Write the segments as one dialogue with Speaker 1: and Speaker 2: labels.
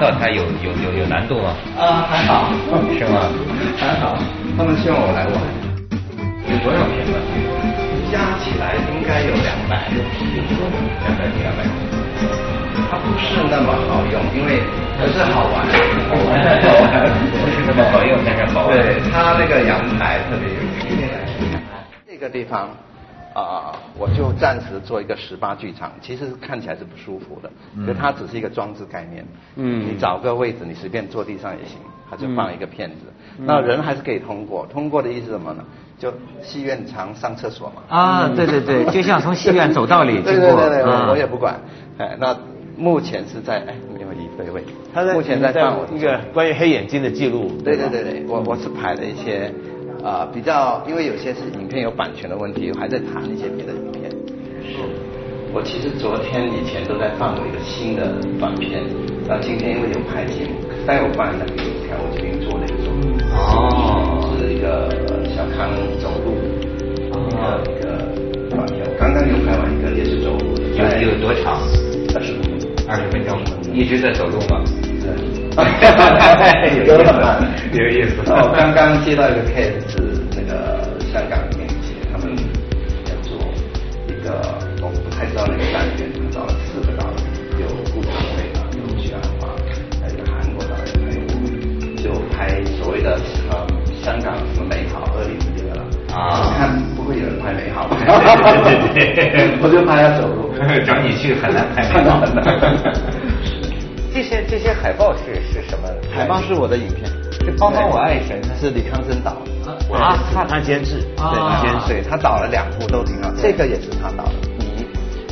Speaker 1: 到他有有有有难度吗？
Speaker 2: 啊，嗯还好，
Speaker 1: 是吗？
Speaker 2: 还好，他们希望我来玩。
Speaker 1: 有多少平了？
Speaker 2: 加起来应该有两百平，两百平，两百平。它不是那么好用，因为不是好玩，好玩，好玩，
Speaker 1: 不是那么好用，但是好玩。
Speaker 2: 对，它那个阳台特别有趣。这个地方啊、我就暂时做一个十八剧场，其实看起来是不舒服的，就它只是一个装置概念。
Speaker 3: 嗯
Speaker 2: 你找个位置，你随便坐地上也行，它就放一个片子，那人还是可以通过。通过的意思是什么呢？就戏院常上厕所嘛。
Speaker 3: 啊，对对 对，就像从戏院走道里
Speaker 2: 对
Speaker 3: 经
Speaker 2: 对
Speaker 3: 过，
Speaker 2: 对对，
Speaker 3: 嗯
Speaker 2: 我我也不管。哎，那目前是在哎没有一对位，
Speaker 4: 他在
Speaker 2: 目前在放我
Speaker 4: 一个关于黑眼睛的记录。
Speaker 2: 对对对对，我我是排了一些啊、比较，因为有些是影片有版权的问题，我还在谈一些别的影片。我其实昨天以前都在放我一个新的短片，然后今天因为有拍节目，但我放在那个影片，我这边做了一种
Speaker 3: 哦
Speaker 2: 是一个呃小康走路
Speaker 3: 哦
Speaker 2: 一个一个短片，我刚刚又拍完一个也是走路，在
Speaker 1: 有有多长？
Speaker 2: 二十分钟。啊
Speaker 1: 二十分钟，一直在走路 吗？有意思，
Speaker 2: 对
Speaker 1: 有意思。
Speaker 2: 我刚刚接到一个 case，是那个香港电姐，他们要做一个，我不太知道那个单元，他们找了四个导演，有顾长卫啊，有许鞍华，还有一个韩国导演，还有我就拍所谓的什么香港什么美好二零一二了
Speaker 1: 啊？
Speaker 2: 我看不会有人拍美好吧
Speaker 1: 对对对对
Speaker 2: 我就拍他走路，
Speaker 1: 找你去很难拍
Speaker 2: 看
Speaker 1: 美
Speaker 2: 到
Speaker 1: 好
Speaker 2: 很难。
Speaker 1: 这些这些海报是是什么？
Speaker 2: 海报是我的影片，
Speaker 1: 是帮帮我爱神呢
Speaker 2: 是李康生导的。
Speaker 4: 啊，他他监制，
Speaker 3: 啊
Speaker 2: 对，
Speaker 4: 对，
Speaker 2: 潜水，他导了两部都挺好，这个也是他导的《迷》，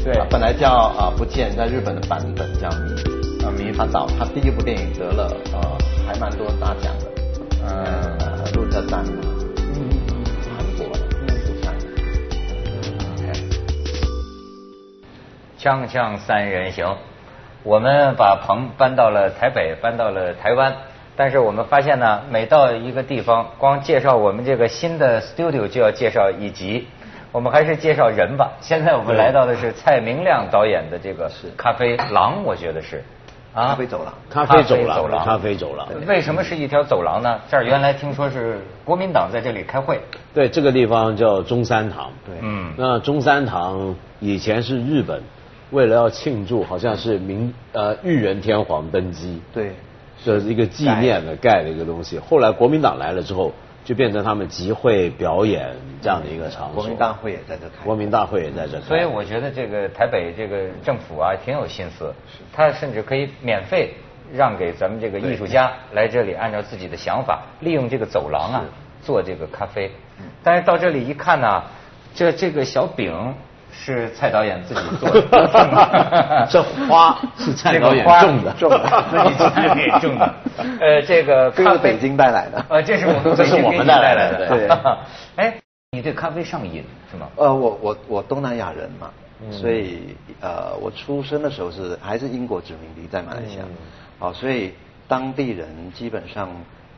Speaker 4: 对
Speaker 2: 嗯啊本来叫啊、不见，在日本的版本叫《迷》，啊迷，他导他第一部电影得了呃还蛮多大奖的，呃路特战嘛，嗯韩国的釜山嗯的，
Speaker 1: 锵锵三人行，我们把棚搬到了台北，搬到了台湾，但是我们发现呢，每到一个地方，光介绍我们这个新的 studio 就要介绍一集，我们还是介绍人吧。 现在我们来到的是蔡明亮导演的这个咖啡廊，我觉得是啊，
Speaker 2: 咖啡走廊
Speaker 1: 咖
Speaker 4: 咖
Speaker 1: 啡
Speaker 4: 啡
Speaker 1: 走
Speaker 4: 走
Speaker 1: 廊，
Speaker 4: 廊咖啡走廊
Speaker 1: 为什么是一条走廊呢？这儿原来听说是国民党在这里开会，
Speaker 4: 对，这个地方叫中山堂。对
Speaker 1: 嗯
Speaker 4: 那中山堂以前是日本，为了要庆祝，好像是明呃裕仁天皇登基，
Speaker 2: 对，
Speaker 4: 这是一个纪念的盖的一个东西。后来国民党来了之后，就变成他们集会表演这样的一个场所。
Speaker 2: 国民大会也在这开
Speaker 4: 国民大会也在这开。，
Speaker 1: 所以我觉得这个台北这个政府啊，挺有心思，他甚至可以免费让给咱们这个艺术家来这里，按照自己的想法，利用这个走廊啊做这个咖啡。但是到这里一看呢、这这个小饼是蔡导演自己做的
Speaker 4: 这花是蔡导演种的
Speaker 1: 这个花自己自己种的。呃，这个
Speaker 2: 这
Speaker 1: 咖
Speaker 2: 是
Speaker 1: 啡
Speaker 2: 北京带来的
Speaker 1: 呃，这是我们
Speaker 4: 这是
Speaker 1: 北京
Speaker 4: 我
Speaker 1: 给
Speaker 4: 们
Speaker 1: 你
Speaker 4: 带来
Speaker 1: 来
Speaker 4: 的
Speaker 2: 对
Speaker 1: 哎，你对咖啡上瘾是吗？
Speaker 2: 呃，我我我东南亚人嘛，
Speaker 1: 嗯
Speaker 2: 所以呃，我出生的时候是还是英国殖民地在马来西亚，
Speaker 1: 嗯
Speaker 2: 哦，所以当地人基本上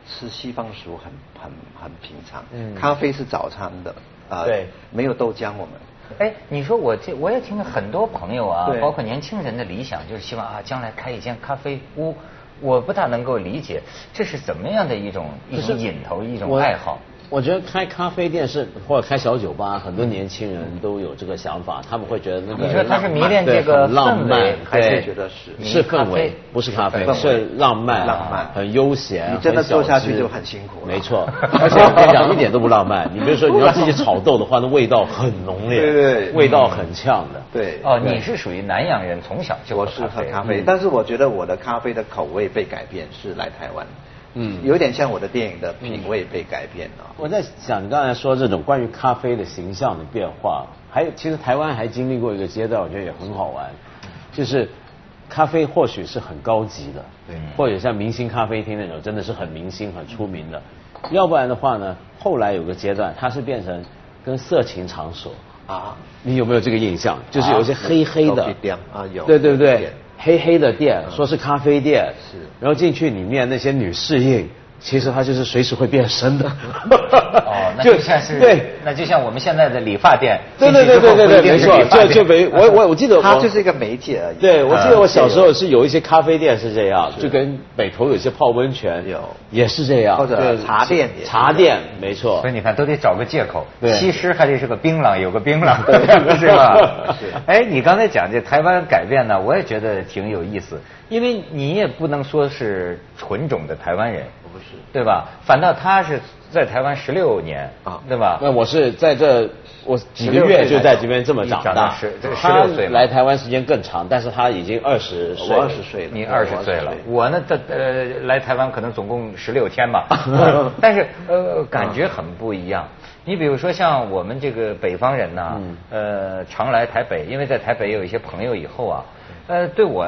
Speaker 2: 吃西方食物很很很平常，
Speaker 1: 嗯
Speaker 2: 咖啡是早餐的，啊、
Speaker 4: 对，
Speaker 2: 没有豆浆我们，
Speaker 1: 哎，你说我这我也听很多朋友啊，
Speaker 2: 对
Speaker 1: 包括年轻人的理想就是希望啊，将来开一间咖啡屋。我不大能够理解，这是怎么样的一种一种引头，一种
Speaker 4: 我
Speaker 1: 爱好。。
Speaker 4: 我觉得开咖啡店是或者开小酒吧，很多年轻人都有这个想法，他们会觉得那个
Speaker 1: 你说他是迷恋这
Speaker 4: 对
Speaker 1: 个
Speaker 4: 很浪
Speaker 1: 氛围
Speaker 4: 漫，
Speaker 1: 还
Speaker 2: 是
Speaker 4: 对
Speaker 2: 觉得是
Speaker 4: 是
Speaker 1: 咖
Speaker 4: 氛
Speaker 1: 啡
Speaker 4: 围，不是咖啡，
Speaker 2: 氛围
Speaker 4: 是浪漫，
Speaker 2: 浪漫
Speaker 4: 很悠闲。
Speaker 2: 你真的
Speaker 4: 很小
Speaker 2: 做下去
Speaker 4: 资
Speaker 2: 就很辛苦了
Speaker 4: 没错，而且我跟你讲，一点都不浪漫。你比如说你要自己炒豆的话，那味道很浓烈，
Speaker 2: 对对
Speaker 4: 味道很呛的。
Speaker 2: 对，
Speaker 1: 哦，你是属于南洋人，从小就
Speaker 2: 我
Speaker 1: 喝
Speaker 2: 是
Speaker 1: 咖
Speaker 2: 喝
Speaker 1: 啡。嗯
Speaker 2: 咖啡，但是我觉得我的咖啡的口味被改变是来台湾，嗯，有点像我的电影的
Speaker 1: 嗯
Speaker 2: 品味被改变了、
Speaker 4: 我在想，你刚才说这种关于咖啡的形象的变化，还有其实台湾还经历过一个阶段，我觉得也很好玩，就是咖啡或许是很高级的，对，或者像明星咖啡厅那种，真的是很明星、很出名的。要不然的话呢，后来有个阶段，它是变成跟色情场所，
Speaker 2: 啊，
Speaker 4: 你有没有这个印象？就是有一些黑黑的
Speaker 2: 啊有店啊有
Speaker 4: 对对不
Speaker 2: 有
Speaker 4: 对
Speaker 2: 店？
Speaker 4: 黑黑的店，说是咖啡店，
Speaker 2: 是
Speaker 4: 然后进去里面那些女侍应，其实它就是随时会变身的。
Speaker 1: 哦， 那就像是
Speaker 4: 对。
Speaker 1: 那就像我们现在的理发店，
Speaker 4: 对对对对对对，没错，就就
Speaker 1: 没
Speaker 4: 比我我我记得
Speaker 5: 它
Speaker 4: 我
Speaker 5: 就是一个媒介而已。
Speaker 4: 对，我记得我小时候是有一些咖啡店是这样，就跟北头有些泡温泉
Speaker 5: 有
Speaker 4: 也是这样，
Speaker 5: 或者
Speaker 4: 对
Speaker 5: 茶店也是
Speaker 4: 茶店没错
Speaker 1: 所以，你看，都得找个借口。
Speaker 4: 对
Speaker 1: 西施还得是个槟榔，有个槟榔，
Speaker 4: 对
Speaker 1: 是 吧？
Speaker 4: 是
Speaker 1: 哎，你刚才讲这台湾改变呢，我也觉得挺有意思，因为你也不能说是纯种的台湾人，
Speaker 5: 不是
Speaker 1: 对吧？反倒他是在台湾十六年
Speaker 5: 啊
Speaker 1: 对吧？
Speaker 4: 那我是在这，我几个
Speaker 1: 16岁
Speaker 4: 月就在这边这么
Speaker 1: 你
Speaker 4: 长
Speaker 1: 长
Speaker 4: 大
Speaker 1: 到十这个。
Speaker 4: 他
Speaker 1: 16岁嘛
Speaker 4: 来台湾时间更长，但是他已经二十岁了。
Speaker 5: 我二十岁了，
Speaker 1: 你
Speaker 5: 对
Speaker 1: 二十岁了，我呢，这呃来台湾可能总共十六天 吧，呃但是呃感觉很不一样。你比如说像我们这个北方人呐，呃常来台北，因为在台北有一些朋友以后啊，呃对我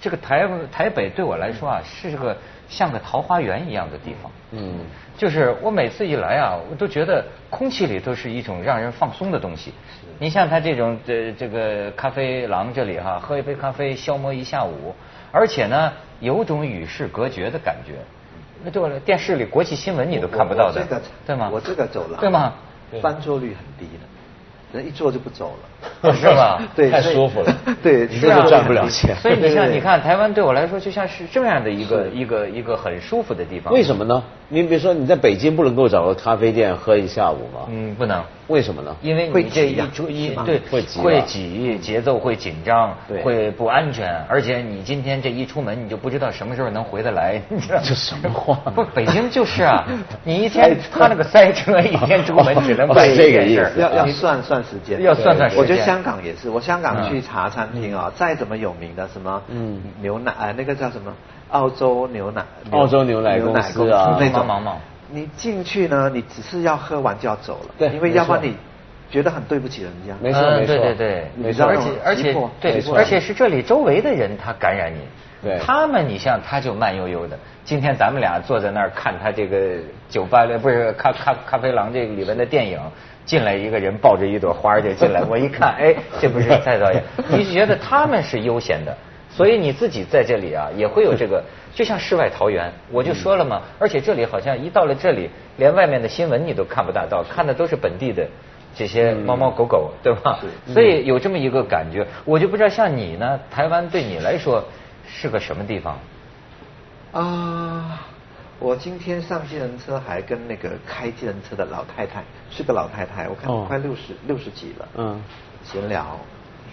Speaker 1: 这个台台北对我来说啊是个像个桃花源一样的地方。
Speaker 4: 嗯，
Speaker 1: 就是我每次一来啊，我都觉得空气里都是一种让人放松的东西。你像他这种这这个咖啡廊这里哈、喝一杯咖啡消磨一下午，而且呢，有种与世隔绝的感觉。那对我来，电视里国际新闻你都看不到的
Speaker 5: 我这个，
Speaker 1: 对吗？
Speaker 5: 我这个走廊
Speaker 1: 对 吗？
Speaker 5: 翻桌率很低的，人一坐就不走了。
Speaker 1: 是吧？
Speaker 5: 对，
Speaker 4: 太
Speaker 5: 所以
Speaker 4: 舒服了
Speaker 5: 对，
Speaker 4: 你
Speaker 5: 所以
Speaker 4: 这就
Speaker 5: 我
Speaker 4: 赚不了钱
Speaker 1: 所以你
Speaker 5: 对对
Speaker 1: 像
Speaker 5: 对
Speaker 1: 你看台湾对我来说，就像是这样的一个一个一个很舒服的地方。
Speaker 4: 为什么呢？你比如说你在北京不能够找个咖啡店喝一下午吗？
Speaker 1: 嗯，不能。
Speaker 4: 为什么呢？
Speaker 1: 因为
Speaker 5: 会
Speaker 1: 你这
Speaker 5: 挤
Speaker 1: 一
Speaker 5: 呀
Speaker 1: 注一
Speaker 5: 是吧
Speaker 1: 对
Speaker 4: 会挤吧啊
Speaker 1: 会挤，节奏会紧张
Speaker 4: 对，
Speaker 1: 会不安全，而且你今天这一出门，你就不知道什么时候能回得来，你知道吗
Speaker 4: 这什么话
Speaker 1: 不，北京就是 啊，你一天他那个塞车，一天出门只能办
Speaker 4: 哦
Speaker 1: 一
Speaker 4: 是这个
Speaker 1: 件
Speaker 4: 意
Speaker 1: 事
Speaker 4: 思
Speaker 1: 儿，
Speaker 5: 要要
Speaker 1: 你
Speaker 5: 算算时间，
Speaker 1: 要算算时间
Speaker 5: 我觉得香港也是，我香港
Speaker 1: 嗯
Speaker 5: 去茶餐厅啊，再怎么有名的什么
Speaker 4: 嗯
Speaker 5: 牛奶，呃那个叫什么澳洲牛奶，
Speaker 4: 澳洲牛奶
Speaker 5: 牛
Speaker 4: 公司啊
Speaker 5: 那
Speaker 1: 匆匆
Speaker 5: 种
Speaker 1: 忙忙
Speaker 5: 你进去呢，你只是要喝完就要走了，
Speaker 4: 对
Speaker 5: 因为要不然
Speaker 4: 没错
Speaker 5: 你觉得很对不起人家。
Speaker 4: 没错
Speaker 1: 嗯
Speaker 4: 没错
Speaker 1: 对对对，
Speaker 4: 没
Speaker 5: 错
Speaker 1: 而且而
Speaker 5: 急
Speaker 1: 且
Speaker 5: 迫
Speaker 1: 对
Speaker 4: 急，迫
Speaker 1: 而且是这里周围的人他感染你。
Speaker 4: 对
Speaker 1: 他们，你像他就慢悠悠的。今天咱们俩坐在那儿看他这个酒吧里，不是咖咖咖啡廊这个里边的电影，进来一个人抱着一朵花儿就进来，我一 看，哎，这不是蔡导演？你就觉得他们是悠闲的，所以你自己在这里啊，也会有这个，就像世外桃源。我就说了嘛，
Speaker 4: 嗯
Speaker 1: 而且这里好像一到了这里，连外面的新闻你都看不大到，看的都是本地的这些
Speaker 5: 嗯
Speaker 1: 猫猫狗狗，对吧？所以有这么一个感觉，我就不知道像你呢，台湾对你来说是个什么地方？
Speaker 5: 啊，我今天上计程车还跟那个开计程车的老太太，是个老太太，我看
Speaker 4: 哦
Speaker 5: 快六十六十几了，
Speaker 4: 嗯，
Speaker 5: 闲聊，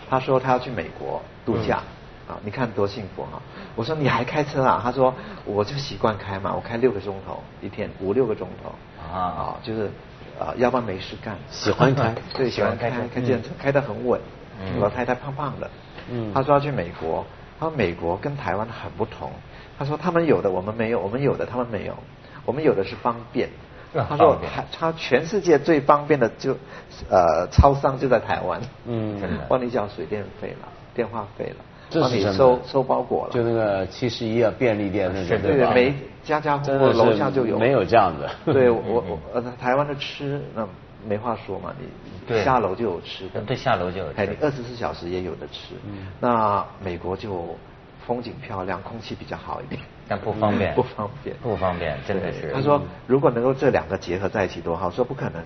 Speaker 5: 她说她要去美国度假。啊，你看多幸福啊！我说你还开车啊？她说我就习惯开嘛，我开六个钟头一天，五六个钟头
Speaker 1: 啊
Speaker 5: 就是啊、要不然没事干，
Speaker 4: 喜欢开
Speaker 5: 对，喜欢开
Speaker 1: 喜欢嗯
Speaker 5: 开计程车，开得很稳。老太太胖胖的，
Speaker 4: 嗯
Speaker 5: 她说要去美国，她说美国跟台湾很不同，她说他们有的我们没有，我们有的他们没有，我们有的是方便。
Speaker 1: 啊
Speaker 5: 她说
Speaker 1: 方便
Speaker 5: 台，她全世界最方便的就呃超商就在台湾，
Speaker 4: 嗯
Speaker 1: 真的
Speaker 5: 帮你缴水电费了，电话费了，
Speaker 4: 这
Speaker 5: 帮
Speaker 4: 是
Speaker 5: 你
Speaker 4: 什么
Speaker 5: 收收包裹了，
Speaker 4: 就那个七十一啊便利店那种，
Speaker 1: 是
Speaker 5: 对
Speaker 4: 吧？
Speaker 5: 每家家户
Speaker 4: 真
Speaker 5: 户
Speaker 4: 的是
Speaker 5: 楼下就有，
Speaker 4: 没有这样的。
Speaker 5: 对我我呃台湾的吃那没话说嘛，你
Speaker 1: 对
Speaker 5: 下楼就有吃的，
Speaker 1: 对下楼就有吃的
Speaker 5: 哎，你二十四小时也有的吃。
Speaker 4: 嗯
Speaker 5: 那美国就风景漂亮，空气比较好一点。
Speaker 1: 但不方便，
Speaker 5: 嗯不方便
Speaker 1: 不方便，真的是。
Speaker 5: 他
Speaker 4: 嗯
Speaker 5: 说，如果能够这两个结合在一起多好。我说不可能，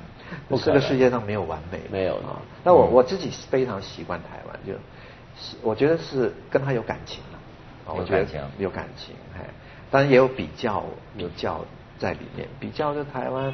Speaker 4: 不可
Speaker 5: 这
Speaker 4: 能
Speaker 5: 个世界上没有完美的。
Speaker 4: 没有的嗯
Speaker 5: 啊那我我自己非常习惯台湾，就喜我觉得是跟他有感情了。啊我
Speaker 1: 有
Speaker 5: 觉得
Speaker 1: 感情
Speaker 5: 有感情，哎，当然也有比较，有较在里面。比较就台湾，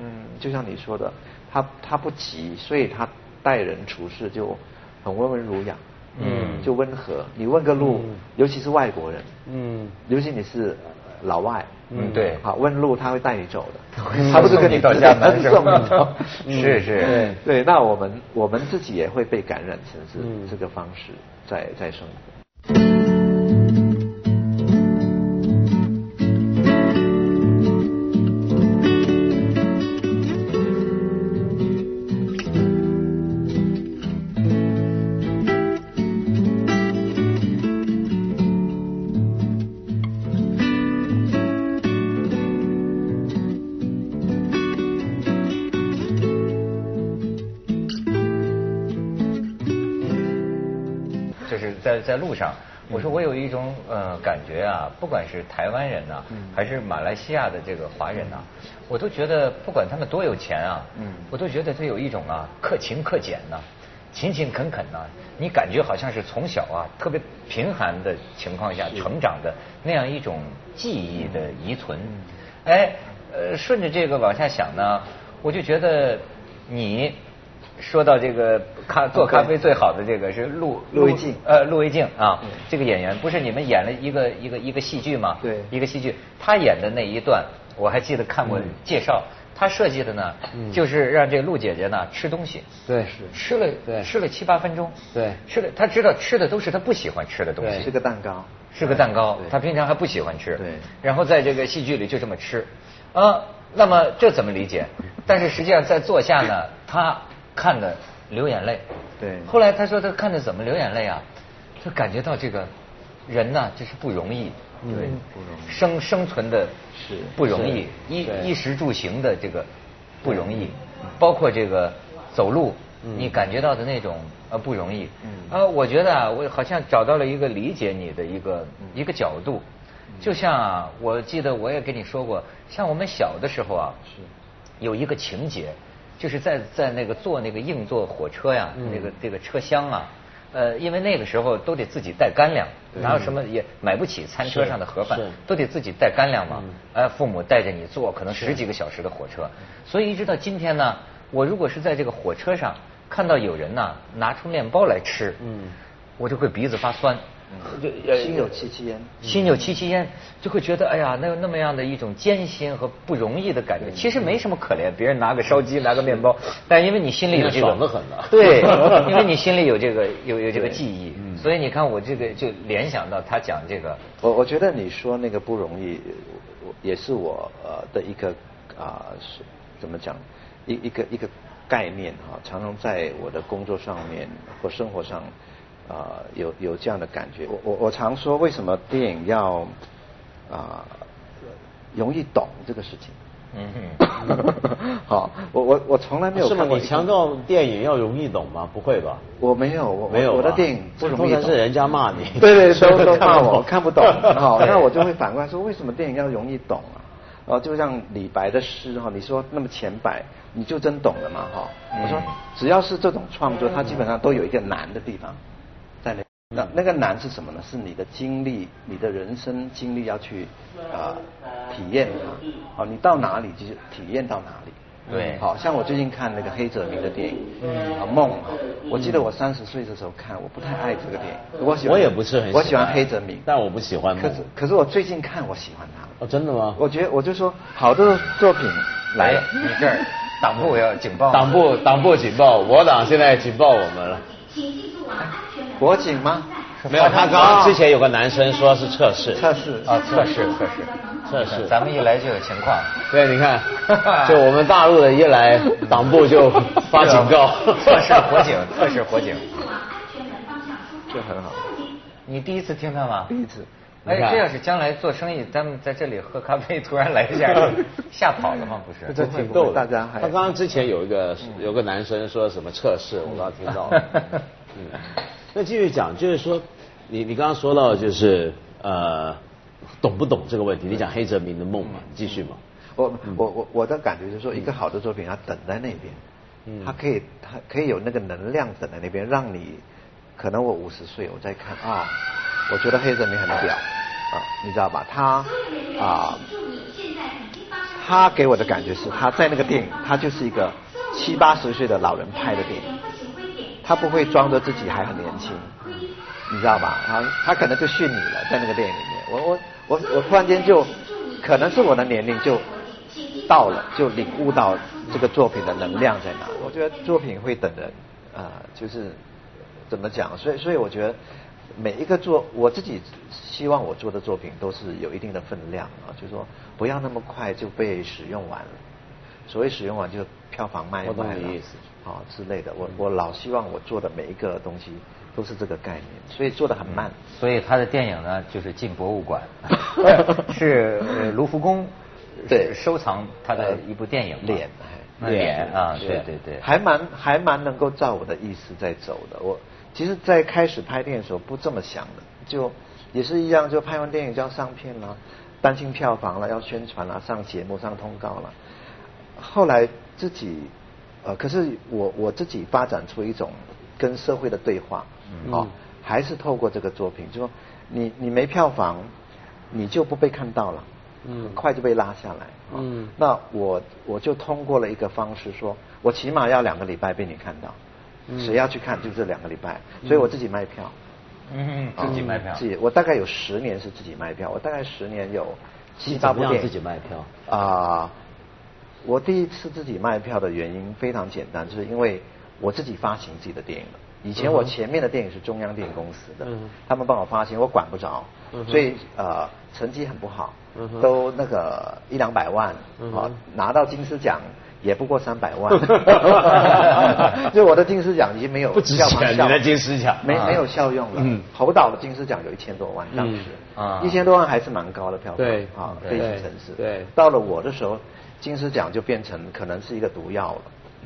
Speaker 5: 嗯，就像你说的，他他不急，所以他待人处事就很温文儒雅，嗯，就温和。你问个路，
Speaker 1: 嗯
Speaker 5: 尤其是外国人，
Speaker 4: 嗯，
Speaker 5: 尤其你是老外，
Speaker 1: 嗯对
Speaker 5: 好问路他会带你走的
Speaker 1: 嗯，
Speaker 5: 他不是跟
Speaker 1: 送
Speaker 5: 你
Speaker 1: 你到家门
Speaker 5: 他是送你到
Speaker 1: 嗯是是
Speaker 5: 对对。那我们我们自己也会被感染成
Speaker 4: 嗯
Speaker 5: 是这个方式在在生活。
Speaker 1: 就是在在路上，我说我有一种呃感觉啊，不管是台湾人呐、还是马来西亚的这个华人呐、我都觉得不管他们多有钱啊，我都觉得他有一种啊克勤克俭呐、勤勤恳恳呐、你感觉好像是从小啊特别贫寒的情况下成长的那样一种记忆的遗存。哎，呃，顺着这个往下想呢，我就觉得你说到这个咖做咖啡最好的这个是陆
Speaker 5: 陆卫静
Speaker 1: 呃，陆卫静啊，
Speaker 4: 嗯
Speaker 1: 这个演员不是你们演了一个一个一个戏剧吗？
Speaker 5: 对
Speaker 1: 一个戏剧，他演的那一段我还记得看过介绍，
Speaker 4: 嗯
Speaker 1: 他设计的呢，就是让这陆姐姐呢吃东西，
Speaker 4: 对
Speaker 1: 吃了
Speaker 4: 对
Speaker 1: 吃了七八分钟，
Speaker 4: 对
Speaker 1: 吃了，他知道吃的都是他不喜欢吃的东西，
Speaker 4: 对
Speaker 5: 吃个蛋糕，
Speaker 1: 是个蛋糕，
Speaker 5: 对
Speaker 1: 他平常还不喜欢吃。
Speaker 5: 对
Speaker 1: 然后在这个戏剧里就这么吃，啊，那么这怎么理解？但是实际上在坐下呢，他看的流眼泪。
Speaker 5: 对
Speaker 1: 后来他说他看着怎么流眼泪啊？他感觉到这个人呐、就是不容易。对，不容易。生生存的
Speaker 5: 是
Speaker 1: 不容易，
Speaker 4: 是
Speaker 1: 衣
Speaker 4: 对
Speaker 1: 衣食住行的这个不容易，包括这个走路，你感觉到的那种呃不容易。
Speaker 4: 嗯
Speaker 1: 啊，我觉得啊，我好像找到了一个理解你的一个
Speaker 4: 嗯
Speaker 1: 一个角度，就像啊，我记得我也跟你说过，像我们小的时候啊，有一个情节，就是在在那个坐那个硬座火车呀，
Speaker 4: 嗯
Speaker 1: 那个这个车厢啊。呃，因为那个时候都得自己带干粮，哪有什么也买不起餐车上的盒饭
Speaker 4: 嗯是，嗯
Speaker 1: 都得自己带干粮嘛。哎，父母带着你坐可能十几个小时的火车，所以一直到今天呢，我如果是在这个火车上看到有人呐拿出面包来吃，
Speaker 4: 嗯
Speaker 1: 我就会鼻子发酸，就呃
Speaker 5: 嗯心有戚戚焉。
Speaker 1: 心有戚戚焉，就会觉得哎呀，那那么样的一种艰辛和不容易的感觉，
Speaker 4: 嗯
Speaker 1: 其实没什么可怜，别人拿个烧鸡，拿个面包，但因为你心里有这个，
Speaker 4: 爽得很啊呐
Speaker 1: 对，因为你心里有这个有有这个记忆，
Speaker 4: 嗯
Speaker 1: 所以你看我这个就联想到他讲这个，
Speaker 5: 我我觉得你说那个不容易，我也是我呃的一个啊、是怎么讲一一个一个概念哈、常常在我的工作上面或生活上啊、有有这样的感觉。我我我常说，为什么电影要啊、容易懂这个事情？
Speaker 1: 嗯哼。
Speaker 5: 好，我我我从来没有
Speaker 4: 嗯啊是吗？
Speaker 5: 看过
Speaker 4: 你
Speaker 5: 一个
Speaker 4: 强调电影要容易懂吗？不会吧？
Speaker 5: 我没有，哦我我
Speaker 4: 没有吧
Speaker 5: 我的电影不容易
Speaker 4: 通常
Speaker 5: 懂，
Speaker 4: 是人家骂你
Speaker 5: 对对， 都都
Speaker 4: 看
Speaker 5: 骂
Speaker 4: 不懂
Speaker 5: 我看不懂， 好，那我就会反过来说，为什么电影要容易懂啊？哦，就像李白的诗哈，你说那么浅白，你就真懂了嘛哈？我
Speaker 4: 嗯
Speaker 5: 说只要是这种创作，它基本上都有一个难的地方在那。那
Speaker 4: 嗯
Speaker 5: 那个难是什么呢？是你的经历，你的人生经历要去啊、体验
Speaker 4: 嗯
Speaker 5: 它。好，你到哪里就体验到哪里。
Speaker 1: 对
Speaker 5: 好像我最近看那个黑泽明的电影，
Speaker 4: 嗯
Speaker 5: 啊梦啊，我记得我三十岁的时候看，我不太爱这个电影，我喜欢
Speaker 4: 我也不是很喜欢
Speaker 5: 我喜欢黑泽明，
Speaker 4: 但我不喜欢梦
Speaker 5: 可是可是我最近看我喜欢他，
Speaker 4: 哦，真的吗？
Speaker 5: 我觉得我就说好的作品来
Speaker 1: 来，你这儿党部要警
Speaker 5: 哦
Speaker 1: 报，
Speaker 4: 党部党部警报，我党现在警报我们 了。
Speaker 5: 国警吗？
Speaker 4: 没有，他刚刚之前有个男生说是测试，
Speaker 5: 测试
Speaker 1: 啊，测试测试
Speaker 4: 测试
Speaker 1: 咱们一来就有情况，，
Speaker 4: 对，你看，就我们大陆的一来，党部就发警 告
Speaker 1: 测试火警，测试火警，
Speaker 5: 就很好，
Speaker 1: 你第一次听他吗？
Speaker 5: 第一次。
Speaker 1: 哎
Speaker 4: 你，看
Speaker 1: 这要是将来做生意，咱们在这里喝咖啡，突然来一下， 吓跑了吗？不是，
Speaker 4: 这挺逗的。
Speaker 5: 大家还
Speaker 4: 他刚刚之前有一个有个男生说什么测试，我刚刚听到了。嗯，那继续讲，就是说，你你刚刚说到就是呃，懂不懂这个问题？你讲黑泽明的梦嘛，你继续嘛。
Speaker 5: 我我我我的感觉就是说，一个好的作品，它等在那边，它可以它可以有那个能量等在那边，让你可能我五十岁我再看啊，我觉得黑泽明很屌啊，你知道吧？他啊，他给我的感觉是他在那个电影，他就是一个七八十岁的老人拍的电影，他不会装着自己还很年轻，你知道吧？他他可能就训你了，在那个电影里面，我我我我突然间就，可能是我的年龄就到了，就领悟到这个作品的能量在哪。我觉得作品会等人啊、就是怎么讲？所以所以我觉得每一个作，我自己希望我做的作品都是有一定的分量啊，就是说不要那么快就被使用完了。所谓使用完就票房卖
Speaker 4: 我懂
Speaker 5: 卖
Speaker 4: 你
Speaker 5: 了
Speaker 4: 意思
Speaker 5: 啊、之类的。我我老希望我做的每一个东西都是这个概念，所以做的很慢。
Speaker 1: 所以他的电影呢，就是进博 物馆，是呃卢浮宫
Speaker 5: 对
Speaker 1: 收藏他的一部电影嘛
Speaker 5: 脸
Speaker 1: 那
Speaker 4: 脸
Speaker 1: 脸啊，
Speaker 4: 是
Speaker 1: 对对对，
Speaker 5: 还蛮还蛮能够照我的意思在走的。我其实，在开始拍电影的时候不这么想的，就也是一样，就拍完电影就要上片了，担心票房了，要宣传了，上节目上通告了。后来自己呃，可是我我自己发展出一种跟社会的对话，
Speaker 1: 嗯
Speaker 5: 哦，还是透过这个作品，就说你你没票房，你就不被看到了，
Speaker 4: 嗯
Speaker 5: 很快就被拉下来，哦
Speaker 4: 嗯
Speaker 5: 那我我就通过了一个方式说，我起码要两个礼拜被你看到，
Speaker 4: 嗯
Speaker 5: 谁要去看就这两个礼拜，所以我自己卖票，
Speaker 1: 嗯，自己卖票。
Speaker 5: 自己我大概有十年是自己卖票，我大概十年有七八部
Speaker 4: 你怎么
Speaker 5: 电
Speaker 4: 样
Speaker 5: 影
Speaker 4: 自己卖票
Speaker 5: 啊、我第一次自己卖票的原因非常简单，就是因为我自己发行自己的电影了。以前我前面的电影是中央电影公司的，
Speaker 4: 嗯
Speaker 5: 他们帮我发行，我管不着，
Speaker 4: 嗯哼
Speaker 5: 所以呃成绩很不好，
Speaker 4: 嗯哼
Speaker 5: 都那个一两百万，
Speaker 4: 嗯
Speaker 5: 啊
Speaker 4: 哼
Speaker 5: 拿到金狮奖也不过三百万， 就我的金狮奖已经没有
Speaker 4: 不值
Speaker 5: 票房
Speaker 4: 钱
Speaker 5: 效
Speaker 4: 你的
Speaker 5: 应
Speaker 4: 金狮奖
Speaker 5: 没
Speaker 4: 啊
Speaker 5: 没有效用了。
Speaker 4: 嗯
Speaker 5: 猴岛的金狮奖有一千多万，当时
Speaker 1: 嗯啊
Speaker 5: 一千多万还是蛮高的票房，
Speaker 4: 对
Speaker 5: 啊，
Speaker 4: 对
Speaker 5: 飞行城市。
Speaker 4: 对
Speaker 5: 到了我的时候，金狮奖就变成可能是一个毒药了，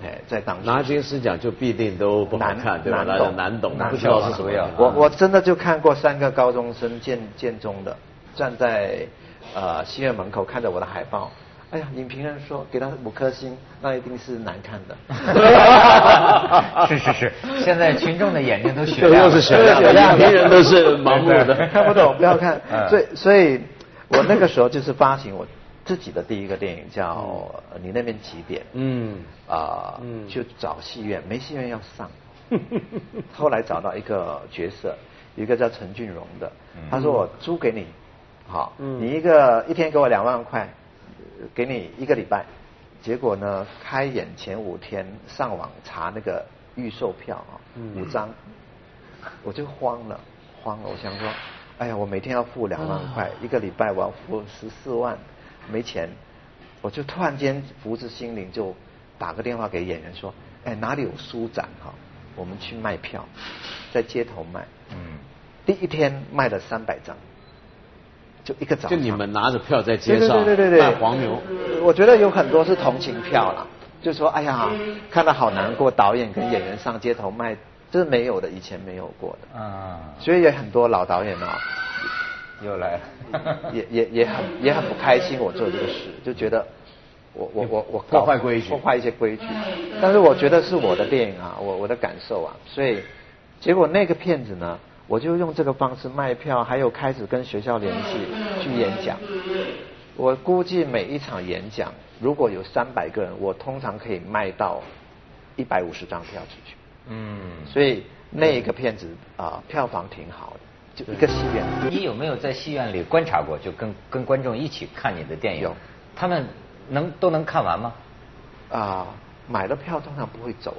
Speaker 5: 哎，在当时
Speaker 4: 拿金狮奖就必定都不好
Speaker 5: 难
Speaker 4: 看，对吧？
Speaker 5: 难
Speaker 4: 大家
Speaker 5: 懂，啊
Speaker 4: 难懂，
Speaker 1: 不
Speaker 4: 不
Speaker 1: 懂
Speaker 4: 知道是什么样。啊
Speaker 5: 我我真的就看过三个高中生建建中的站在呃戏院门口看着我的海报。哎呀，影评人说给他五颗星，那一定是难看的。
Speaker 1: 是是是，现在群众的眼睛都雪
Speaker 4: 这
Speaker 1: 亮了，
Speaker 4: 又是雪亮的，
Speaker 5: 亮
Speaker 4: 影评人都是盲目的
Speaker 1: 对，
Speaker 5: 看不 懂不要看。
Speaker 1: 嗯
Speaker 5: 所以，所以我那个时候就是发行我自己的第一个电影，叫呃《你那边几点》。
Speaker 4: 嗯
Speaker 5: 啊，
Speaker 4: 嗯
Speaker 5: 去找戏院，没戏院要 上。后来找到一个角色，一个叫陈俊荣的，他说我租给你，好，
Speaker 4: 嗯
Speaker 5: 你一个一天给我两万块，呃给你一个礼拜。结果呢，开演前五天上网查那个预售票啊，
Speaker 4: 嗯
Speaker 5: 五张，我就慌了，慌了，我想说，哎呀，我每天要付两万
Speaker 4: 啊
Speaker 5: 块，一个礼拜我要付十四万，没钱，我就突然间福至心灵，就打个电话给演员说，哎，哪里有书展哈，我们去卖票，在街头卖，
Speaker 1: 嗯，
Speaker 5: 第一天卖了三百张，就一个早
Speaker 4: 就
Speaker 5: 上，
Speaker 4: 你们拿着票在街上
Speaker 5: 对对对对对，
Speaker 4: 卖黄牛，
Speaker 5: 我觉得有很多是同情票啦，就说哎呀，看到好难过，导演跟演员上街头卖，这是没有的，以前没有过的。
Speaker 1: 啊，
Speaker 5: 所以也很多老导演啊，
Speaker 1: 又来了，
Speaker 5: 也也也很也很不开心，我做这个事，就觉得我我我我
Speaker 4: 破坏规矩
Speaker 5: 破坏一些规矩。但是我觉得是我的电影啊，我我的感受啊，所以结果那个片子呢，我就用这个方式卖票，还有开始跟学校联系去演讲。我估计每一场演讲如果有三百个人，我通常可以卖到一百五十张票出去。
Speaker 1: 嗯，
Speaker 5: 所以那一个片子啊、票房挺好的，就一个戏院。
Speaker 1: 你有没有在戏院里观察过，就跟跟观众一起看你的电影
Speaker 5: 有，
Speaker 1: 他们能都能看完吗？
Speaker 5: 啊、买了票通常不会走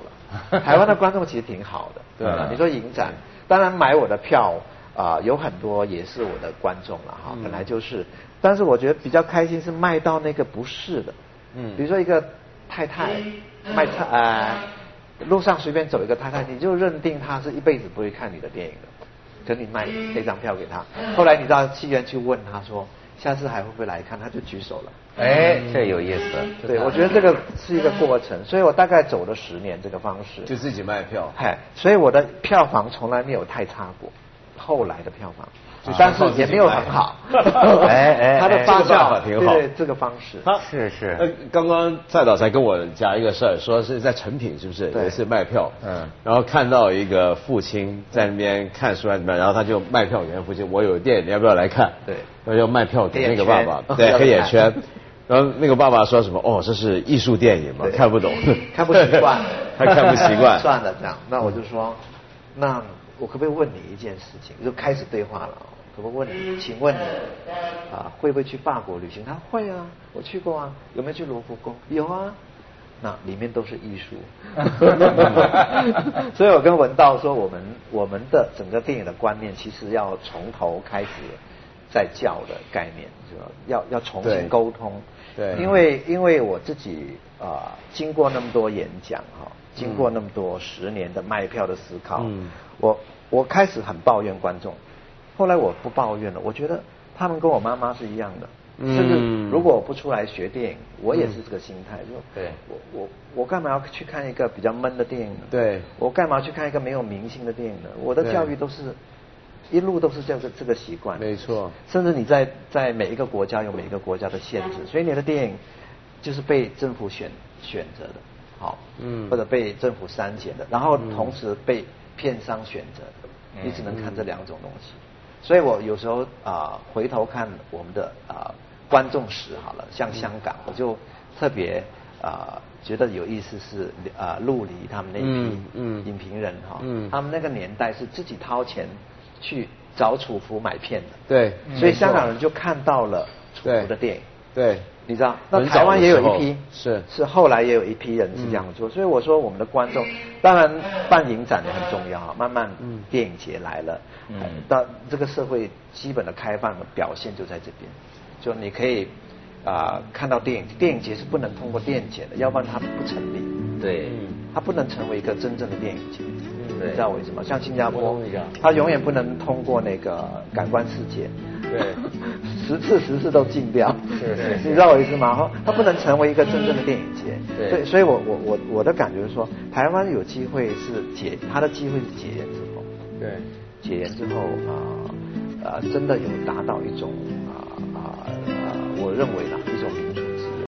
Speaker 5: 了。台湾的观众其实挺好的，
Speaker 1: 对啊
Speaker 5: 你说影展，当然买我的票啊、有很多也是我的观众了哈，本来就是，但是我觉得比较开心是卖到那个不是的，
Speaker 4: 嗯
Speaker 5: 嗯，比如说一个太太卖菜，呃，路上随便走一个太太，你就认定她是一辈子不会看你的电影的，可你卖这张票给她，后来你到戏院去问她说，下次还会不会来看，她就举手了。
Speaker 1: 哎，这有意思。
Speaker 5: 对，我觉得这个是一个过程，所以我大概走了十年这个方式，
Speaker 4: 就自己卖票。
Speaker 5: 哎，所以我的票房从来没有太差过，后来的票房
Speaker 4: 就，是
Speaker 5: 但是
Speaker 4: 靠自己
Speaker 5: 也没有很 好
Speaker 4: 卖。
Speaker 1: 哎哎
Speaker 5: 他的
Speaker 1: 哎
Speaker 5: 发
Speaker 4: 这个办法
Speaker 5: 酵
Speaker 4: 挺好
Speaker 5: 对这个方式，
Speaker 4: 他
Speaker 1: 是是
Speaker 4: 呃，刚刚蔡导才跟我讲一个事儿，说是在成品是不是？
Speaker 5: 对
Speaker 4: 也是卖票。
Speaker 1: 嗯
Speaker 4: 嗯。然后看到一个父亲在那边看书啊怎么样，然后他就卖票给那父亲，我有电影，你要不要来看？
Speaker 5: 对
Speaker 4: 他就卖票给那个爸爸，
Speaker 5: 黑眼
Speaker 4: 对，
Speaker 5: 圈
Speaker 4: 黑眼
Speaker 5: 要
Speaker 4: 圈
Speaker 5: 看。
Speaker 4: 然后那个爸爸说什么？哦，这是艺术电影嘛，
Speaker 5: 对
Speaker 4: 看不懂，，
Speaker 5: 看不习惯
Speaker 4: 他 看不习惯。
Speaker 5: 算了，这样，那我就说，那我可不可以问你一件事情？就开始对话了，可不可以问你？请问你啊，会不会去法国旅行？他会啊，我去过啊。有没有去卢浮宫？有啊。那里面都是艺术， 所以我跟文道说，我们我们的整个电影的观念，其实要从头开始再教的概念，是吧？要要重
Speaker 4: 对
Speaker 5: 新沟通，
Speaker 4: 对
Speaker 5: 因为。因为因为我自己啊、经过那么多演讲哈、经过那么多十年的卖票的思考，
Speaker 4: 嗯
Speaker 5: 我我开始很抱怨观众，后来我不抱怨了，我觉得他们跟我妈妈是一样的，
Speaker 4: 嗯
Speaker 5: 甚至如果我不出来学电影，我也是这个心态，
Speaker 4: 嗯
Speaker 5: 就
Speaker 1: 对
Speaker 5: 我我我干嘛要去看一个比较闷的电影呢？
Speaker 4: 对
Speaker 5: 我干嘛去看一个没有明星的电影呢？我的
Speaker 4: 对
Speaker 5: 教育都是一路都是这样的这个习惯。
Speaker 4: 没错
Speaker 5: 甚至你在在每一个国家有每一个国家的限制，所以你的电影就是被政府选选择的，好，
Speaker 4: 嗯
Speaker 5: 或者被政府删减的，然后同时被片商选择的，
Speaker 4: 嗯
Speaker 5: 你只能看这两种东西。所以我有时候啊、回头看我们的啊、观众史好了，
Speaker 4: 嗯
Speaker 5: 像香港，我就特别啊、觉得有意思是啊、陆离他们那一批
Speaker 4: 嗯嗯
Speaker 5: 影评人哈、
Speaker 4: 嗯
Speaker 5: 他们那个年代是自己掏钱去找楚服买片的，
Speaker 4: 对
Speaker 5: 所以香港人就看到了楚服的电影。
Speaker 4: 对，
Speaker 5: 你知道，那
Speaker 4: 很早
Speaker 5: 台湾也有
Speaker 4: 的时候
Speaker 5: 一批
Speaker 4: 是嗯
Speaker 5: 是后来也有一批人是这样做，所以我说我们的观众，当然办影展也很重要啊。慢慢
Speaker 4: 嗯
Speaker 5: 电影节来了，
Speaker 1: 嗯
Speaker 5: 呃到这个社会基本的开放的表现就在这边，就你可以啊、看到电影，电影节是不能通过电影
Speaker 4: 嗯
Speaker 5: 节的，要不然它不成立。
Speaker 1: 对，
Speaker 5: 它不能成为一个真正的电影节，
Speaker 1: 对
Speaker 5: 你知道为什么？像新加
Speaker 4: 嗯我
Speaker 5: 坡
Speaker 4: 懂你讲，
Speaker 5: 它永远不能通过那个感官世界，
Speaker 4: 对，
Speaker 5: 十次十次都禁掉，
Speaker 1: 是是是
Speaker 5: 你知道我意思吗？哈它不能成为一个真正的电影节，
Speaker 1: 对
Speaker 5: 所以所以我我我我的感觉是说，台湾有机会是解，它的机会是解严之后，
Speaker 4: 对，
Speaker 5: 解严之后啊啊、呃真的有达到一种啊啊啊，我认为啦，